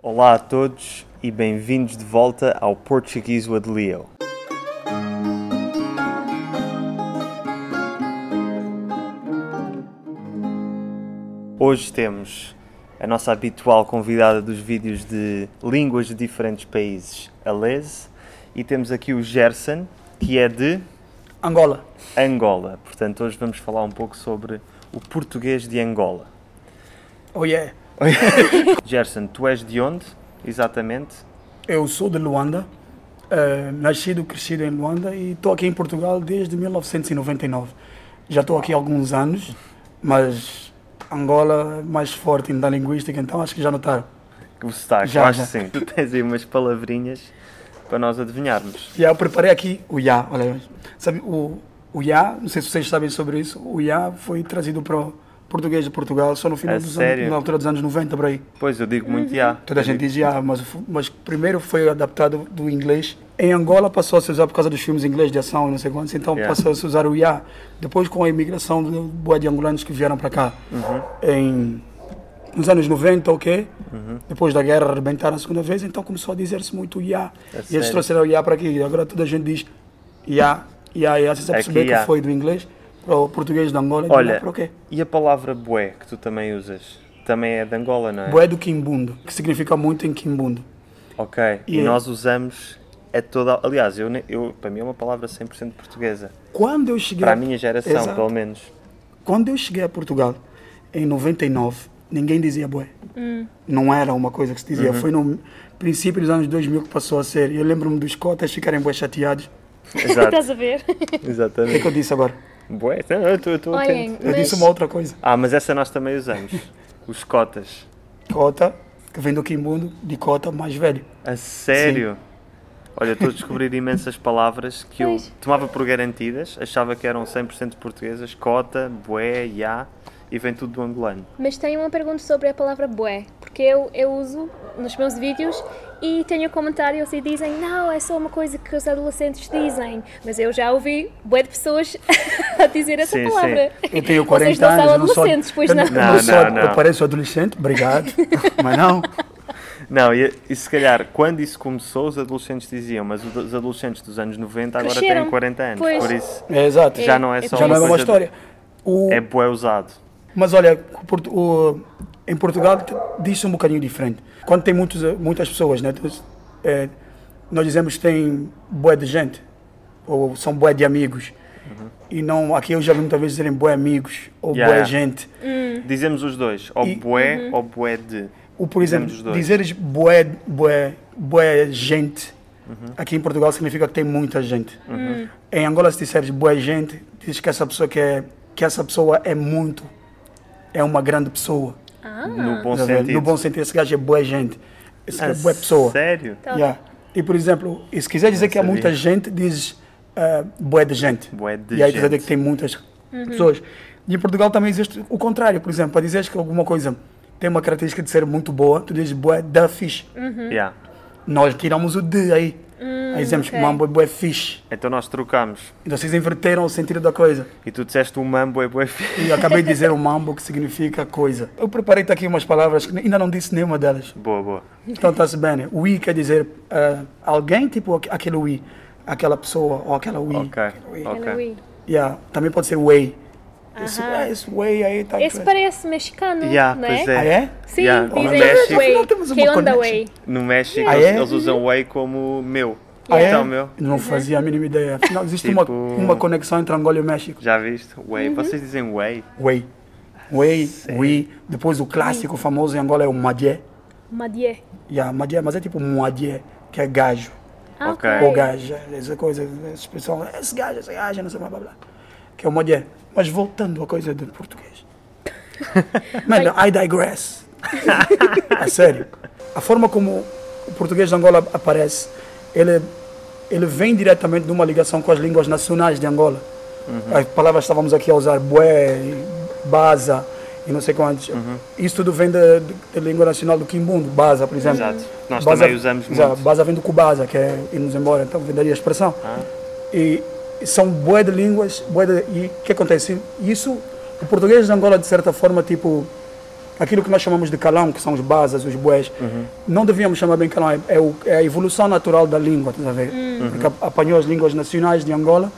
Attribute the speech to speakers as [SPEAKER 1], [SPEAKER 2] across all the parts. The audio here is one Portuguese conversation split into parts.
[SPEAKER 1] Olá a todos e bem-vindos de volta ao Português with Leo. Hoje temos a nossa habitual convidada dos vídeos de línguas de diferentes países, a Les, e temos aqui o Gerson, que é de
[SPEAKER 2] Angola.
[SPEAKER 1] Angola. Portanto, hoje vamos falar um pouco sobre o português de Angola.
[SPEAKER 2] Oh yeah.
[SPEAKER 1] Gerson, tu és de onde exatamente?
[SPEAKER 2] Eu sou de Luanda, eh, nascido e crescido em Luanda e estou aqui em Portugal desde 1999. Já estou aqui há alguns anos, mas Angola é mais forte ainda a linguística, então acho que já notaram.
[SPEAKER 1] O sotaque,
[SPEAKER 2] Já,
[SPEAKER 1] eu acho
[SPEAKER 2] já.
[SPEAKER 1] que sim. Tu tens aí umas palavrinhas para nós adivinharmos.
[SPEAKER 2] E eu preparei aqui o Ya, olha. Sabe, o, o Ya, não sei se vocês sabem sobre isso, o Ya foi trazido para o português de Portugal só no final
[SPEAKER 1] É
[SPEAKER 2] dos
[SPEAKER 1] sério?
[SPEAKER 2] anos, na altura dos anos 90, por aí.
[SPEAKER 1] Pois, eu digo muito já.
[SPEAKER 2] Toda a gente diz ah, mas, o fu- mas primeiro foi adaptado do inglês. Em Angola passou a se usar por causa dos filmes ingleses de ação e não sei quantos, então
[SPEAKER 1] Yeah.
[SPEAKER 2] passou a se usar o IA. Depois com a imigração de boa de angolanos que vieram para cá
[SPEAKER 1] Uhum.
[SPEAKER 2] em, nos anos 90, ok?
[SPEAKER 1] Uhum.
[SPEAKER 2] Depois da guerra arrebentaram a segunda vez, então começou a dizer-se muito IA. e eles
[SPEAKER 1] É sério?
[SPEAKER 2] trouxeram o IA para aqui. E agora toda a gente diz IA, IA, IA. Você sabe
[SPEAKER 1] Aqui,
[SPEAKER 2] perceber
[SPEAKER 1] "Ya".
[SPEAKER 2] que foi do inglês para o português de Angola e de lá
[SPEAKER 1] Olha,
[SPEAKER 2] para o quê?
[SPEAKER 1] e a palavra bué que tu também usas? Também é de Angola, não é?
[SPEAKER 2] Boé do Quimbundo, que significa muito em Quimbundo.
[SPEAKER 1] Ok, e
[SPEAKER 2] Yeah.
[SPEAKER 1] nós usamos é toda. Aliás, eu, ne- eu, para mim é uma palavra 100% portuguesa.
[SPEAKER 2] Quando eu cheguei.
[SPEAKER 1] Para a minha geração,
[SPEAKER 2] Exato.
[SPEAKER 1] pelo menos.
[SPEAKER 2] Quando eu cheguei a Portugal, em 99, ninguém dizia bué.
[SPEAKER 3] Hum.
[SPEAKER 2] Não era uma coisa que se
[SPEAKER 1] Uhum.
[SPEAKER 2] dizia. Foi no princípio dos anos 2000 que passou a ser. Eu lembro-me dos cotas ficarem bué chateados.
[SPEAKER 1] Exato,
[SPEAKER 3] Estás a ver?
[SPEAKER 2] O que é
[SPEAKER 1] exatamente.
[SPEAKER 2] que eu disse agora?
[SPEAKER 1] bué, não, eu estou- eu estou
[SPEAKER 3] Olhem,
[SPEAKER 1] atento.
[SPEAKER 2] Eu
[SPEAKER 3] mas
[SPEAKER 2] disse uma outra coisa.
[SPEAKER 1] Ah, mas essa nós também usamos. Os cotas.
[SPEAKER 2] Cota, que vem do Quimbundo, de cota mais velho.
[SPEAKER 1] A sério? Olha, eu estou a descobrir imensas palavras que eu
[SPEAKER 3] Pois.
[SPEAKER 1] tomava por garantidas, achava que eram 100% portuguesas, cota, bué, ya, e vem tudo do angolano.
[SPEAKER 3] mas tenho uma pergunta sobre a palavra bué, porque eu, eu uso nos meus vídeos e tenho comentários e dizem não, é só uma coisa que os adolescentes dizem, mas eu já ouvi bué de pessoas a dizer essa
[SPEAKER 1] Sim, sim.
[SPEAKER 3] palavra.
[SPEAKER 2] Eu tenho 40
[SPEAKER 3] Vocês não
[SPEAKER 2] anos.
[SPEAKER 3] são
[SPEAKER 2] eu sou-
[SPEAKER 3] adolescentes, pois
[SPEAKER 2] eu
[SPEAKER 3] não?
[SPEAKER 1] Não,
[SPEAKER 2] Eu, sou-
[SPEAKER 1] não, não.
[SPEAKER 2] eu pareço adolescente, obrigado. Mas não.
[SPEAKER 1] Não, e, e se calhar, quando isso começou, os adolescentes diziam, mas os os adolescentes dos anos 90 agora têm
[SPEAKER 3] Cresceram.
[SPEAKER 1] 40 anos,
[SPEAKER 3] Pois.
[SPEAKER 1] por isso
[SPEAKER 2] É exato.
[SPEAKER 1] já não é só
[SPEAKER 2] Já
[SPEAKER 1] uma
[SPEAKER 2] não é uma
[SPEAKER 1] coisa de-
[SPEAKER 2] história. O-
[SPEAKER 1] É bué usado.
[SPEAKER 2] Mas olha, o Portu- o- em Portugal t- diz-se um bocadinho diferente. Quando tem muitos, muitas pessoas, né? tu- é, nós dizemos que tem boé de gente, ou são boé de amigos. E não, aqui eu já vi muitas vezes dizerem boé amigos, ou
[SPEAKER 1] Uhum. Yeah,
[SPEAKER 2] boé
[SPEAKER 1] yeah.
[SPEAKER 2] gente.
[SPEAKER 3] Hum.
[SPEAKER 1] Dizemos os dois, ou
[SPEAKER 2] E-
[SPEAKER 1] bué
[SPEAKER 3] Uhum.
[SPEAKER 1] ou bué de.
[SPEAKER 2] Ou, por exemplo,
[SPEAKER 1] Dizemos os dois.
[SPEAKER 2] dizeres boé, boé, boé gente,
[SPEAKER 1] Uhum.
[SPEAKER 2] aqui em Portugal significa que tem muita gente. Em Angola, se disseres boé gente, dizes que essa pessoa que é, que essa pessoa é muito, é uma grande pessoa.
[SPEAKER 3] Ah.
[SPEAKER 1] no bom
[SPEAKER 2] Tá vendo?
[SPEAKER 1] sentido.
[SPEAKER 2] No bom sentido, esse gajo é boa gente. Esse
[SPEAKER 1] A
[SPEAKER 2] gajo é boa pessoa.
[SPEAKER 1] Sério?
[SPEAKER 2] Yeah. E, por exemplo, e se quiser dizer que há
[SPEAKER 1] sabia.
[SPEAKER 2] muita gente, diz ah, boa de gente.
[SPEAKER 1] Bué de
[SPEAKER 2] e aí tu
[SPEAKER 1] gente.
[SPEAKER 2] vai dizer que tem muitas pessoas. E em Portugal também existe o contrário, por exemplo, para dizeres que alguma coisa tem uma característica de ser muito boa, tu dizes boa da fixe.
[SPEAKER 3] Uhum.
[SPEAKER 1] Ya.
[SPEAKER 2] Nós tiramos o de aí. aí dizemos que
[SPEAKER 3] ok.
[SPEAKER 2] o mambo é boa fixe.
[SPEAKER 1] Então nós trocamos.
[SPEAKER 2] Então vocês inverteram o sentido da coisa.
[SPEAKER 1] E tu disseste um mambo é bué fixe.
[SPEAKER 2] E eu acabei de dizer o mambo que significa coisa. Eu preparei-te aqui umas palavras que ainda não disse nenhuma delas.
[SPEAKER 1] Boa, boa.
[SPEAKER 2] Então está-se bem, né? We quer dizer eh, alguém, tipo aqu- aquele we, aquela pessoa ou aquela we.
[SPEAKER 1] Ok,
[SPEAKER 3] Ela,
[SPEAKER 1] ok.
[SPEAKER 3] ui.
[SPEAKER 2] Yeah, também pode ser way. Esse, é, esse way aí tá
[SPEAKER 3] Esse parece mexicano,
[SPEAKER 1] Ya,
[SPEAKER 3] não
[SPEAKER 1] pois
[SPEAKER 3] é?
[SPEAKER 2] Ah, é?
[SPEAKER 3] Sim,
[SPEAKER 1] Ya, no
[SPEAKER 3] dizem
[SPEAKER 1] México-
[SPEAKER 2] Afinal,
[SPEAKER 3] way,
[SPEAKER 2] temos uma
[SPEAKER 3] que onda
[SPEAKER 2] connection.
[SPEAKER 3] way.
[SPEAKER 1] No México,
[SPEAKER 2] Ah,
[SPEAKER 1] eles,
[SPEAKER 2] é?
[SPEAKER 1] eles usam Way como meu.
[SPEAKER 2] Ah, é?
[SPEAKER 1] Então, meu.
[SPEAKER 2] Não fazia a mínima ideia. Afinal, existe
[SPEAKER 1] Tipo-
[SPEAKER 2] uma, uma conexão entre Angola e o México.
[SPEAKER 1] Já viste? Way.
[SPEAKER 2] Uhum.
[SPEAKER 1] Vocês dizem Way.
[SPEAKER 2] Way. Way, we. Depois o clássico famoso em Angola é o madie.
[SPEAKER 3] Madie.
[SPEAKER 2] Yeah, madie, mas é tipo muadie, que é gajo.
[SPEAKER 3] Ah,
[SPEAKER 1] Ok.
[SPEAKER 3] ok.
[SPEAKER 2] Ou gaja, essa coisa, essa expressão, esse gajo, essa gaja, não sei blá blá blá. Que é o modelo. Mas voltando à coisa do português. Mano, I digress. a sério. A forma como o português de Angola aparece, ele, ele vem diretamente de uma ligação com as línguas nacionais de Angola.
[SPEAKER 1] Uhum.
[SPEAKER 2] As palavras que estávamos aqui a usar, bué, baza e não sei quantos.
[SPEAKER 1] Uhum.
[SPEAKER 2] Isso tudo vem da da língua nacional do Quimbundo, baza, por exemplo.
[SPEAKER 1] Exato. Nós também usamos
[SPEAKER 2] exato,
[SPEAKER 1] muito.
[SPEAKER 2] Baza vem do Cubasa, que é irmos embora, então venderia a expressão. E e são bué de línguas, bué de... E o que acontece? Isso, o português de Angola, de certa forma, tipo, aquilo que nós chamamos de calão, que são os basas, os boés, não devíamos chamar bem calão, é, é o- é a evolução natural da língua, estás a ver? Porque ap- apanhou as línguas nacionais de Angola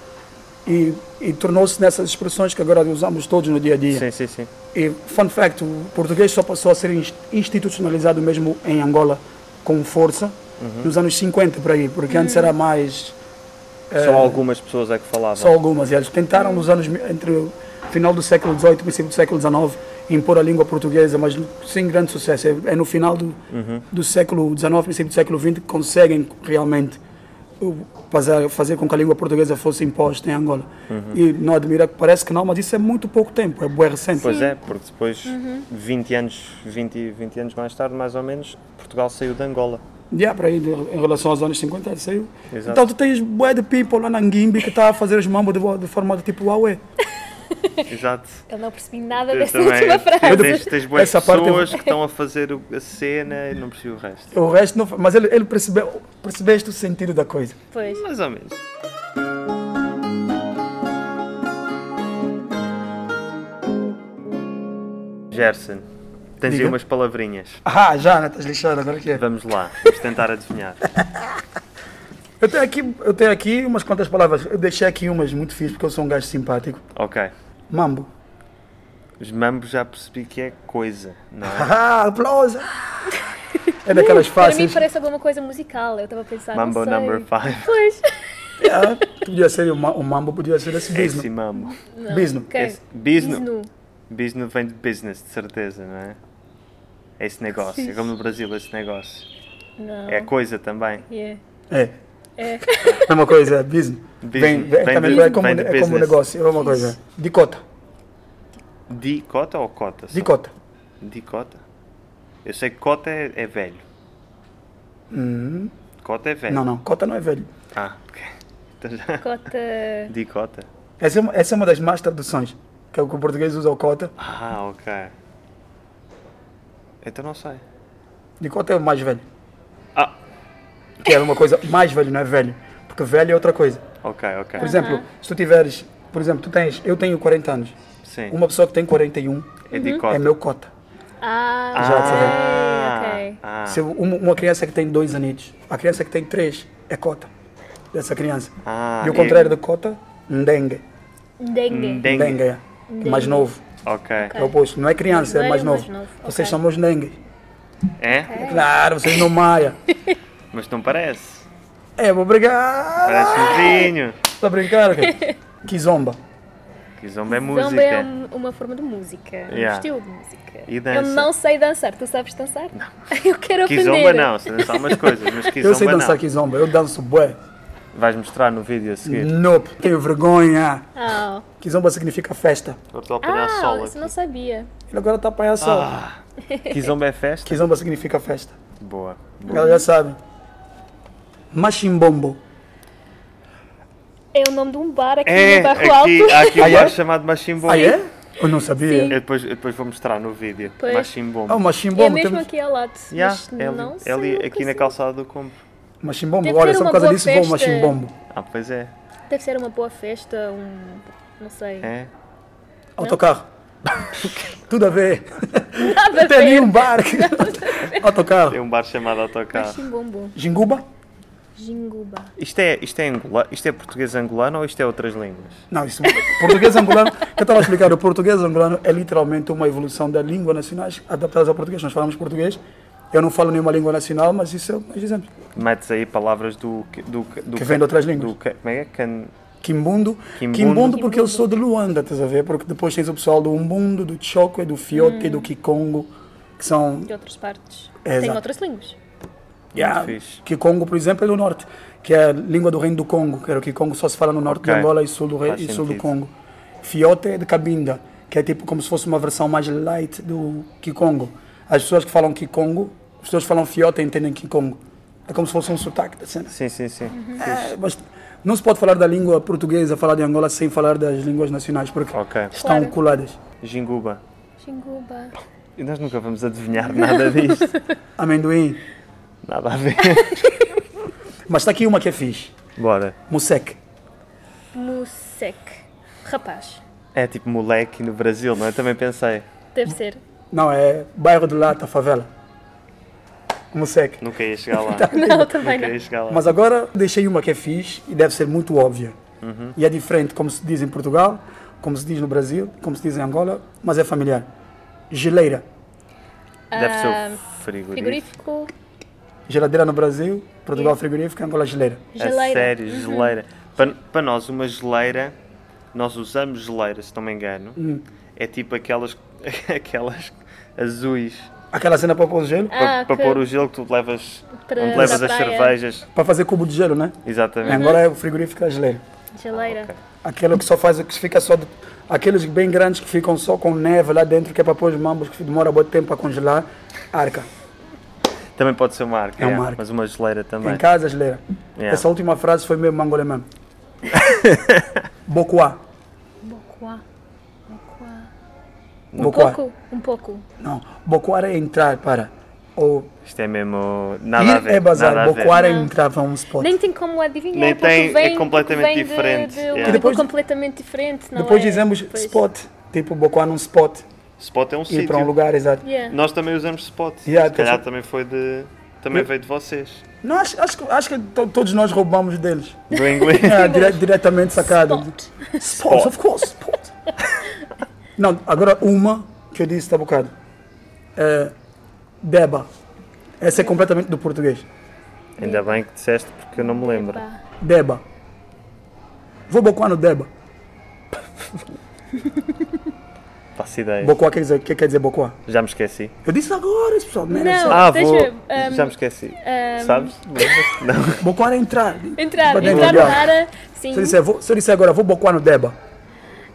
[SPEAKER 2] e, e tornou-se nessas expressões que agora usamos todos no dia a dia.
[SPEAKER 1] Sim, sim, sim.
[SPEAKER 2] E, fun fact, o português só passou a ser ins- institucionalizado mesmo em Angola com força
[SPEAKER 1] Uhum.
[SPEAKER 2] nos anos 50 por aí, porque antes era mais
[SPEAKER 1] Só algumas pessoas é que falavam.
[SPEAKER 2] só um? algumas. Eles tentaram nos anos mi- entre o final do século XVIII e princípio do século XIX impor a língua portuguesa, mas sem grande sucesso. É- É no final do,
[SPEAKER 1] Uhum.
[SPEAKER 2] do século XIX, princípio do século XX, que conseguem realmente o- fazer, fazer com que a língua portuguesa fosse imposta em Angola.
[SPEAKER 1] Uhum.
[SPEAKER 2] E não admira, parece que não, mas isso é muito pouco tempo, é bué recente.
[SPEAKER 1] Pois é, porque depois,
[SPEAKER 2] Uhum.
[SPEAKER 1] 20, anos, 20, 20 anos mais tarde, mais ou menos, Portugal saiu de Angola.
[SPEAKER 2] Yeah, para aí, de- em relação aos anos 50, ele saiu.
[SPEAKER 1] Exato.
[SPEAKER 2] Então tu tens bué de people lá na Guimbi que está a fazer os mambos de, bo- de forma de tipo Huawei.
[SPEAKER 1] Exato.
[SPEAKER 3] Eu não percebi nada
[SPEAKER 1] Eu
[SPEAKER 3] dessa
[SPEAKER 1] também.
[SPEAKER 3] última frase.
[SPEAKER 1] Tens, tens boas
[SPEAKER 2] Essa parte é eu-
[SPEAKER 1] pessoas que estão a fazer o- a cena e não percebo o resto.
[SPEAKER 2] O resto não... fa- Mas ele, ele percebeu, percebeste o sentido da coisa.
[SPEAKER 3] Pois.
[SPEAKER 1] Mais ou menos. Gerson, tens aí
[SPEAKER 2] Diga.
[SPEAKER 1] umas palavrinhas.
[SPEAKER 2] Ah, já, né? Estás lixado, agora que é.
[SPEAKER 1] Vamos lá, vamos tentar adivinhar.
[SPEAKER 2] Eu tenho, aqui, eu tenho aqui umas quantas palavras. Eu deixei aqui umas muito fixe porque eu sou um gajo simpático.
[SPEAKER 1] Ok.
[SPEAKER 2] Mambo.
[SPEAKER 1] Os mambos já percebi que é coisa, não é?
[SPEAKER 2] Ah, aplausa! É daquelas
[SPEAKER 3] Para mim
[SPEAKER 2] fáceis.
[SPEAKER 3] parece alguma coisa musical. Eu estava a pensar. não
[SPEAKER 1] Mambo
[SPEAKER 3] sei.
[SPEAKER 1] number 5.
[SPEAKER 3] Pois.
[SPEAKER 2] Ah, podia ser o, ma- o mambo, podia ser assim esse
[SPEAKER 1] Esse
[SPEAKER 2] business.
[SPEAKER 1] mambo.
[SPEAKER 2] Business.
[SPEAKER 3] Ok.
[SPEAKER 1] Esse business.
[SPEAKER 3] Bisnu.
[SPEAKER 1] Business vem de business, de certeza, não é? Esse negócio. É como no Brasil, esse negócio.
[SPEAKER 3] Não.
[SPEAKER 2] Ah.
[SPEAKER 1] É coisa também.
[SPEAKER 3] Yeah.
[SPEAKER 2] É.
[SPEAKER 3] É.
[SPEAKER 2] Mesma coisa, business. Vem,
[SPEAKER 1] Business.
[SPEAKER 2] vem,
[SPEAKER 1] Vem
[SPEAKER 2] também
[SPEAKER 1] de-
[SPEAKER 2] é como,
[SPEAKER 1] vem de
[SPEAKER 2] é como
[SPEAKER 1] business.
[SPEAKER 2] negócio, é uma coisa. Dicota.
[SPEAKER 1] De cota ou cota? só?
[SPEAKER 2] Dicota.
[SPEAKER 1] De cota. Eu sei que cota é, é velho. Cota é velho.
[SPEAKER 2] Hum, Não, não, cota não é velho.
[SPEAKER 1] Ah, ok. Então já.
[SPEAKER 3] Cota.
[SPEAKER 1] De cota.
[SPEAKER 2] Essa é uma, essa é uma das más traduções. Que é o que o português usa o cota.
[SPEAKER 1] Ah, ok. Então não sei.
[SPEAKER 2] Dicota é o mais velho.
[SPEAKER 1] Ah,
[SPEAKER 2] Que é uma coisa mais velho, não é velho. Porque velho é outra coisa.
[SPEAKER 1] ok, ok.
[SPEAKER 2] Por exemplo, se tu tiveres, por exemplo, tu tens, eu tenho 40 anos.
[SPEAKER 1] Sim.
[SPEAKER 2] Uma pessoa que tem 41
[SPEAKER 1] É de cota.
[SPEAKER 2] é meu cota.
[SPEAKER 3] Ah,
[SPEAKER 2] Já, tá
[SPEAKER 1] ah,
[SPEAKER 3] ok.
[SPEAKER 1] ah,
[SPEAKER 2] Se eu- uma, uma criança que tem dois anitos, a criança que tem três é cota dessa criança.
[SPEAKER 1] Ah,
[SPEAKER 2] e o
[SPEAKER 1] e-
[SPEAKER 2] contrário de cota, ndengue.
[SPEAKER 3] Dengue.
[SPEAKER 1] Dengue.
[SPEAKER 2] Ndengue é é mais novo,
[SPEAKER 1] Ok.
[SPEAKER 2] é o oposto. Não é criança, é mais
[SPEAKER 3] Mais velho,
[SPEAKER 2] novo.
[SPEAKER 3] mais novo,
[SPEAKER 2] Vocês
[SPEAKER 3] ok.
[SPEAKER 2] são os dengue.
[SPEAKER 1] É?
[SPEAKER 2] Claro, vocês não maia.
[SPEAKER 1] Mas não parece.
[SPEAKER 2] É, vou brigar.
[SPEAKER 1] Parece um vinho.
[SPEAKER 2] Tá brincando? cara? Que zomba.
[SPEAKER 1] Que zomba é
[SPEAKER 3] Zomba é
[SPEAKER 1] música.
[SPEAKER 3] um- uma forma de música, um
[SPEAKER 1] Yeah.
[SPEAKER 3] estilo de música.
[SPEAKER 1] E
[SPEAKER 3] Eu
[SPEAKER 1] dança.
[SPEAKER 3] não sei dançar, tu sabes dançar? Não. Eu quero
[SPEAKER 1] Que
[SPEAKER 3] aprender.
[SPEAKER 1] zomba não, se dançar umas coisas, mas que
[SPEAKER 2] Eu sei
[SPEAKER 1] zomba
[SPEAKER 2] dançar
[SPEAKER 1] não.
[SPEAKER 2] que zomba, eu danço bué.
[SPEAKER 1] Vais mostrar no vídeo a seguir.
[SPEAKER 2] Nope, tenho vergonha.
[SPEAKER 3] Ah,
[SPEAKER 2] Kizomba significa festa.
[SPEAKER 1] Agora estou a apanhar
[SPEAKER 3] ah
[SPEAKER 1] sol
[SPEAKER 3] isso
[SPEAKER 1] aqui.
[SPEAKER 3] não sabia.
[SPEAKER 2] Ele agora tá apanhando sol.
[SPEAKER 1] Ah, que zomba é festa?
[SPEAKER 2] Kizomba significa festa.
[SPEAKER 1] Boa.
[SPEAKER 2] Ela já sabe. Machimbombo.
[SPEAKER 3] É o nome de um bar aqui
[SPEAKER 1] É,
[SPEAKER 3] no Barro
[SPEAKER 1] aqui,
[SPEAKER 3] Alto.
[SPEAKER 1] há aqui um
[SPEAKER 2] Ah, é?
[SPEAKER 1] bar chamado Machimbombo.
[SPEAKER 2] Ah, é? Eu não sabia.
[SPEAKER 1] Eu depois, eu depois vou mostrar no vídeo.
[SPEAKER 3] Pois.
[SPEAKER 1] Machimbombo.
[SPEAKER 2] Ah, o
[SPEAKER 3] É
[SPEAKER 2] Machimbombo.
[SPEAKER 3] mesmo
[SPEAKER 2] Temos...
[SPEAKER 3] aqui ao lado.
[SPEAKER 1] Yeah,
[SPEAKER 3] mas
[SPEAKER 1] é ali,
[SPEAKER 3] não
[SPEAKER 1] é
[SPEAKER 3] sei
[SPEAKER 1] ali,
[SPEAKER 3] o que
[SPEAKER 1] aqui na
[SPEAKER 3] assim.
[SPEAKER 1] calçada do Combo.
[SPEAKER 2] Machimbombo,
[SPEAKER 3] Deve
[SPEAKER 2] olha,
[SPEAKER 3] ter
[SPEAKER 2] só
[SPEAKER 3] uma
[SPEAKER 2] por causa
[SPEAKER 3] boa
[SPEAKER 2] disso vou ao
[SPEAKER 3] festa. é.
[SPEAKER 2] Machimbombo.
[SPEAKER 1] Ah, pois é.
[SPEAKER 3] Deve ser uma boa festa, um. não sei.
[SPEAKER 1] É.
[SPEAKER 2] Autocarro. Tudo a ver.
[SPEAKER 3] Nada a
[SPEAKER 2] Tem ali
[SPEAKER 3] ver.
[SPEAKER 2] um bar. que-
[SPEAKER 1] Tem
[SPEAKER 2] Autocarro.
[SPEAKER 1] um bar chamado Autocarro.
[SPEAKER 3] Chimbombo.
[SPEAKER 2] Jinguba?
[SPEAKER 3] Jinguba.
[SPEAKER 1] Isto é, isto, é angola, isto é português angolano ou isto é outras línguas?
[SPEAKER 2] Não, isso. Português angolano. Eu estava a explicar. O português angolano é literalmente uma evolução da língua nacionais adaptadas ao português. Nós falamos português. Eu não falo nenhuma língua nacional, mas isso é um exemplo.
[SPEAKER 1] Metes aí palavras do. do, do
[SPEAKER 2] Que vem de outras línguas.
[SPEAKER 1] Do, como é que é? Can-
[SPEAKER 2] Quimbundo.
[SPEAKER 1] Quimbundo.
[SPEAKER 2] Quimbundo, porque eu sou de Luanda, estás a ver? Porque depois tens o pessoal do Umbundo, do Choco, do Fiote, do Kikongo, que são.
[SPEAKER 3] De outras partes.
[SPEAKER 2] É,
[SPEAKER 3] Tem
[SPEAKER 2] exato.
[SPEAKER 3] outras línguas.
[SPEAKER 2] Yeah,
[SPEAKER 1] fixe.
[SPEAKER 2] Kikongo, por exemplo, é do norte, que é a língua do reino do Congo, que era o Kikongo só se fala no norte
[SPEAKER 1] Ok.
[SPEAKER 2] de Angola e sul do, rei,
[SPEAKER 1] Faz
[SPEAKER 2] e sul do
[SPEAKER 1] sentido.
[SPEAKER 2] Congo. Fiote é de Cabinda, que é tipo como se fosse uma versão mais light do Kikongo. As pessoas que falam Kikongo, as pessoas que falam Fiote entendem Kikongo. É como se fosse um sotaque da cena.
[SPEAKER 1] Sim, sim, sim.
[SPEAKER 3] Uhum.
[SPEAKER 2] É, mas não se pode falar da língua portuguesa, falar de Angola, sem falar das línguas nacionais, porque
[SPEAKER 1] Ok.
[SPEAKER 2] estão
[SPEAKER 3] Claro.
[SPEAKER 2] coladas.
[SPEAKER 1] Jinguba.
[SPEAKER 3] Jinguba.
[SPEAKER 1] E nós nunca vamos adivinhar nada disto.
[SPEAKER 2] Amendoim.
[SPEAKER 1] nada a ver.
[SPEAKER 2] Mas está aqui uma que é fixe.
[SPEAKER 1] Bora.
[SPEAKER 2] Musek.
[SPEAKER 3] Musek. Rapaz.
[SPEAKER 1] É tipo moleque no Brasil, não é? Também pensei.
[SPEAKER 3] Deve ser.
[SPEAKER 2] Não, é bairro de Lata, favela. Como seca.
[SPEAKER 1] Nunca ia chegar lá.
[SPEAKER 3] Não, também
[SPEAKER 1] Nunca
[SPEAKER 3] não.
[SPEAKER 1] ia chegar lá.
[SPEAKER 2] Mas agora deixei uma que é fixe e deve ser muito óbvia. E é diferente, como se diz em Portugal, como se diz no Brasil, como se diz em Angola, mas é familiar. Geleira.
[SPEAKER 1] Deve ser
[SPEAKER 3] Ah,
[SPEAKER 1] o frigorífico.
[SPEAKER 3] Frigorífico,
[SPEAKER 2] Geladeira no Brasil, Portugal frigorífico, Angola geleira.
[SPEAKER 1] A
[SPEAKER 3] geleira. Uhum.
[SPEAKER 1] sério, geleira. Para, para nós, uma geleira, nós usamos geleira, se não me engano.
[SPEAKER 2] Hum.
[SPEAKER 1] É tipo aquelas, aquelas azuis
[SPEAKER 2] Aquela cena para pôr o gelo,
[SPEAKER 1] para,
[SPEAKER 3] Ah,
[SPEAKER 1] para
[SPEAKER 3] que-
[SPEAKER 1] pôr o gelo que tu levas,
[SPEAKER 3] Para-
[SPEAKER 1] onde levas
[SPEAKER 3] da
[SPEAKER 1] as
[SPEAKER 3] praia.
[SPEAKER 1] cervejas.
[SPEAKER 2] para fazer cubo de gelo, né? Em
[SPEAKER 1] Exatamente.
[SPEAKER 2] Angola é o frigorífico e a geleira.
[SPEAKER 3] Geleira.
[SPEAKER 1] Ok.
[SPEAKER 2] Aquela que só faz, que fica só. de- aqueles bem grandes que ficam só com neve lá dentro, que é para pôr os mambos, que demora muito tempo para congelar. Arca.
[SPEAKER 1] Também pode ser uma arca,
[SPEAKER 2] É uma
[SPEAKER 1] yeah,
[SPEAKER 2] arca.
[SPEAKER 1] mas uma geleira também.
[SPEAKER 2] Em casa, geleira.
[SPEAKER 1] Yeah.
[SPEAKER 2] Essa última frase foi mesmo mangolé mesmo. Bocuá.
[SPEAKER 3] Bocuá. Bocuá.
[SPEAKER 2] Bocuá.
[SPEAKER 3] Pouco, um pouco.
[SPEAKER 2] Não, bocuar é entrar, para. Ou
[SPEAKER 1] Isto é mesmo. Nada a
[SPEAKER 2] ir
[SPEAKER 1] ver.
[SPEAKER 2] é bazar,
[SPEAKER 1] nada a ver.
[SPEAKER 2] bocuar é
[SPEAKER 3] Não.
[SPEAKER 2] entrar para um spot.
[SPEAKER 3] Nem tem como adivinhar,
[SPEAKER 1] Nem
[SPEAKER 3] porque
[SPEAKER 1] tem, é
[SPEAKER 3] vem,
[SPEAKER 1] completamente
[SPEAKER 3] vem de-
[SPEAKER 1] diferente,
[SPEAKER 3] De, um
[SPEAKER 1] yeah.
[SPEAKER 3] grupo
[SPEAKER 2] Depois-
[SPEAKER 3] completamente diferente, não
[SPEAKER 2] Depois
[SPEAKER 3] é?
[SPEAKER 2] dizemos
[SPEAKER 3] Pois.
[SPEAKER 2] spot, tipo bocuar num spot,
[SPEAKER 1] Spot é um
[SPEAKER 2] ir para um
[SPEAKER 1] sítio.
[SPEAKER 2] lugar, exato.
[SPEAKER 3] Yeah.
[SPEAKER 1] Nós também usamos spot.
[SPEAKER 2] Yeah,
[SPEAKER 1] Se calhar
[SPEAKER 2] pensei-
[SPEAKER 1] também foi de. Também veio de vocês.
[SPEAKER 2] Não, acho, acho, que- acho que to- todos nós roubamos deles.
[SPEAKER 1] Do inglês.
[SPEAKER 2] É, dire- diretamente sacado.
[SPEAKER 3] Spot.
[SPEAKER 2] Spot, of course, spot. Não, agora uma que eu disse há bocado. É, beba. Essa é completamente do português.
[SPEAKER 1] Ainda bem que disseste porque eu não me lembro.
[SPEAKER 3] Pá.
[SPEAKER 2] Deba. Vou bocuar no Deba.
[SPEAKER 1] Faço ideia.
[SPEAKER 2] Bocuar quer dizer, que quer dizer bocuar?
[SPEAKER 1] Já me esqueci.
[SPEAKER 2] Eu disse agora, esse pessoal. merda,
[SPEAKER 3] Não.
[SPEAKER 2] sabe?
[SPEAKER 1] Ah,
[SPEAKER 3] deixa
[SPEAKER 1] vou.
[SPEAKER 3] eu,
[SPEAKER 1] Já
[SPEAKER 3] um,
[SPEAKER 1] me esqueci. Sabes? Não.
[SPEAKER 2] Bocuar é entrar.
[SPEAKER 3] Entrar,
[SPEAKER 2] Pra dentro
[SPEAKER 3] entrar
[SPEAKER 2] do
[SPEAKER 3] no
[SPEAKER 2] diabo.
[SPEAKER 3] Ara, sim.
[SPEAKER 2] Se eu disser, vou- se eu disser agora, vou bocuar no Deba.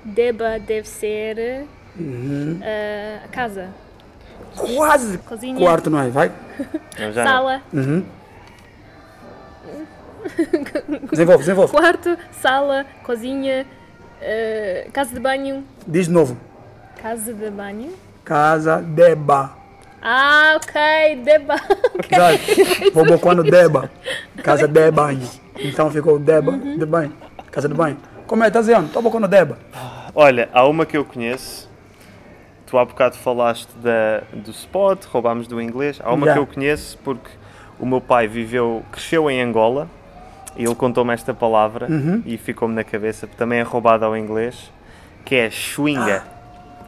[SPEAKER 3] Deba deve ser
[SPEAKER 2] Uhum.
[SPEAKER 3] ah, a casa,
[SPEAKER 2] Quase.
[SPEAKER 3] Cozinha.
[SPEAKER 2] Quarto não é, vai?
[SPEAKER 1] Não, já não.
[SPEAKER 3] sala,
[SPEAKER 2] Desenvolve, desenvolve.
[SPEAKER 3] quarto, sala, cozinha, ah, casa de banho,
[SPEAKER 2] Diz de novo.
[SPEAKER 3] casa de banho.
[SPEAKER 2] Casa Deba.
[SPEAKER 3] Ah, ok, deba. ok.
[SPEAKER 2] Exato. Vou bocuar no Deba. Casa de banho. Então ficou Deba,
[SPEAKER 3] Uhum.
[SPEAKER 2] de banho. Casa de banho. Como é, tá dizendo? Tô bocuar no Deba.
[SPEAKER 1] Olha, há uma que eu conheço. Tu há bocado falaste da, do spot, roubámos do inglês. Há uma
[SPEAKER 2] Já.
[SPEAKER 1] que eu conheço porque o meu pai viveu, cresceu em Angola e ele contou-me esta palavra
[SPEAKER 2] Uhum.
[SPEAKER 1] e ficou-me na cabeça, porque também é roubada ao inglês, que é chewinga.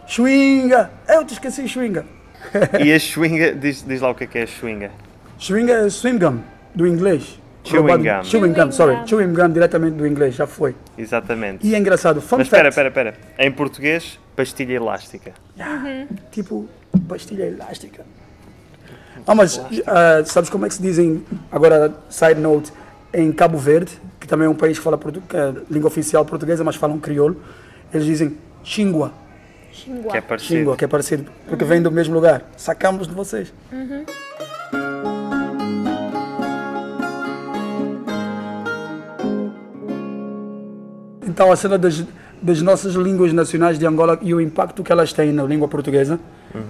[SPEAKER 2] Xwinga. Eu te esqueci, Xwinga. Ah.
[SPEAKER 1] E a chewinga, diz, diz lá o que é que é a chewinga.
[SPEAKER 2] Chewing é swim gum, do inglês.
[SPEAKER 1] Chewing
[SPEAKER 2] Roubado-
[SPEAKER 1] gum.
[SPEAKER 2] Chewing
[SPEAKER 3] Chewing
[SPEAKER 2] gum, sorry.
[SPEAKER 3] gum.
[SPEAKER 2] Chewing gum diretamente do inglês, já foi.
[SPEAKER 1] Exatamente.
[SPEAKER 2] E é engraçado, fun
[SPEAKER 1] Mas espera,
[SPEAKER 2] fact,
[SPEAKER 1] espera, espera. Em português, pastilha elástica.
[SPEAKER 3] Uhum.
[SPEAKER 2] tipo pastilha elástica. Ah, mas ah, sabes como é que se dizem, agora side note, em Cabo Verde, que também é um país que fala portu- que é língua oficial portuguesa, mas falam crioulo, eles dizem chingua,
[SPEAKER 3] Xinguá.
[SPEAKER 1] Que é parecido.
[SPEAKER 2] chingua, que é parecido, porque vem do mesmo lugar. Sacamos de vocês. Então, a cena das, das nossas línguas nacionais de Angola e o impacto que elas têm na língua portuguesa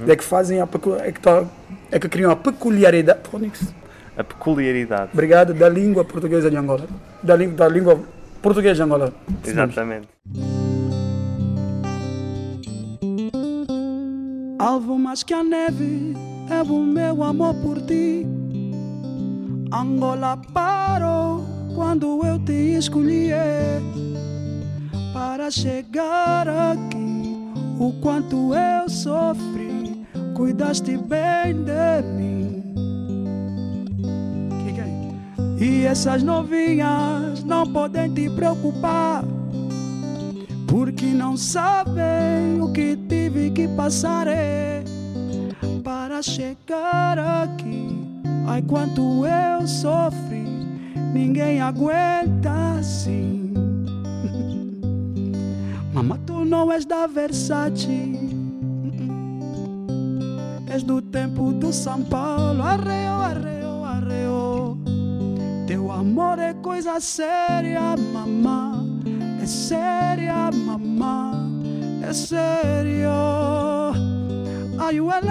[SPEAKER 2] é que fazem a pecu- é que, tá- é que criam a peculiaridade. Phonics.
[SPEAKER 1] A peculiaridade.
[SPEAKER 2] Obrigado, da língua portuguesa de Angola. Da, lí- da língua portuguesa de Angola.
[SPEAKER 1] Exatamente.
[SPEAKER 4] Alvo mais que a neve é o meu amor por ti. Angola parou quando eu te escolhi para chegar aqui. O quanto eu sofri, cuidaste bem de mim. Que que é? E essas novinhas não podem te preocupar porque não sabem o que tive que passar é para chegar aqui. Ai, quanto eu sofri, ninguém aguenta assim. Mamá, tu não és da Versace, Mm-mm. és do tempo do São Paulo. Arreo, arreo, arreo. Teu amor é coisa séria, mamá. É séria, mamá. É sério. Ai, ué,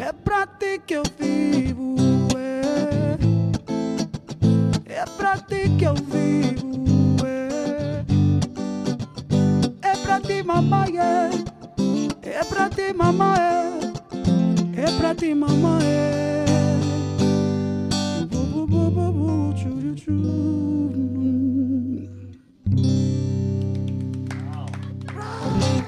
[SPEAKER 4] é pra ti que eu vivo. É, é pra ti que eu vivo. É, é pra ti, é. mamãe. É, é pra ti, mamãe. É. é. mamãe. Bu, bu, bu, bu, bu, tchuru, tchuru.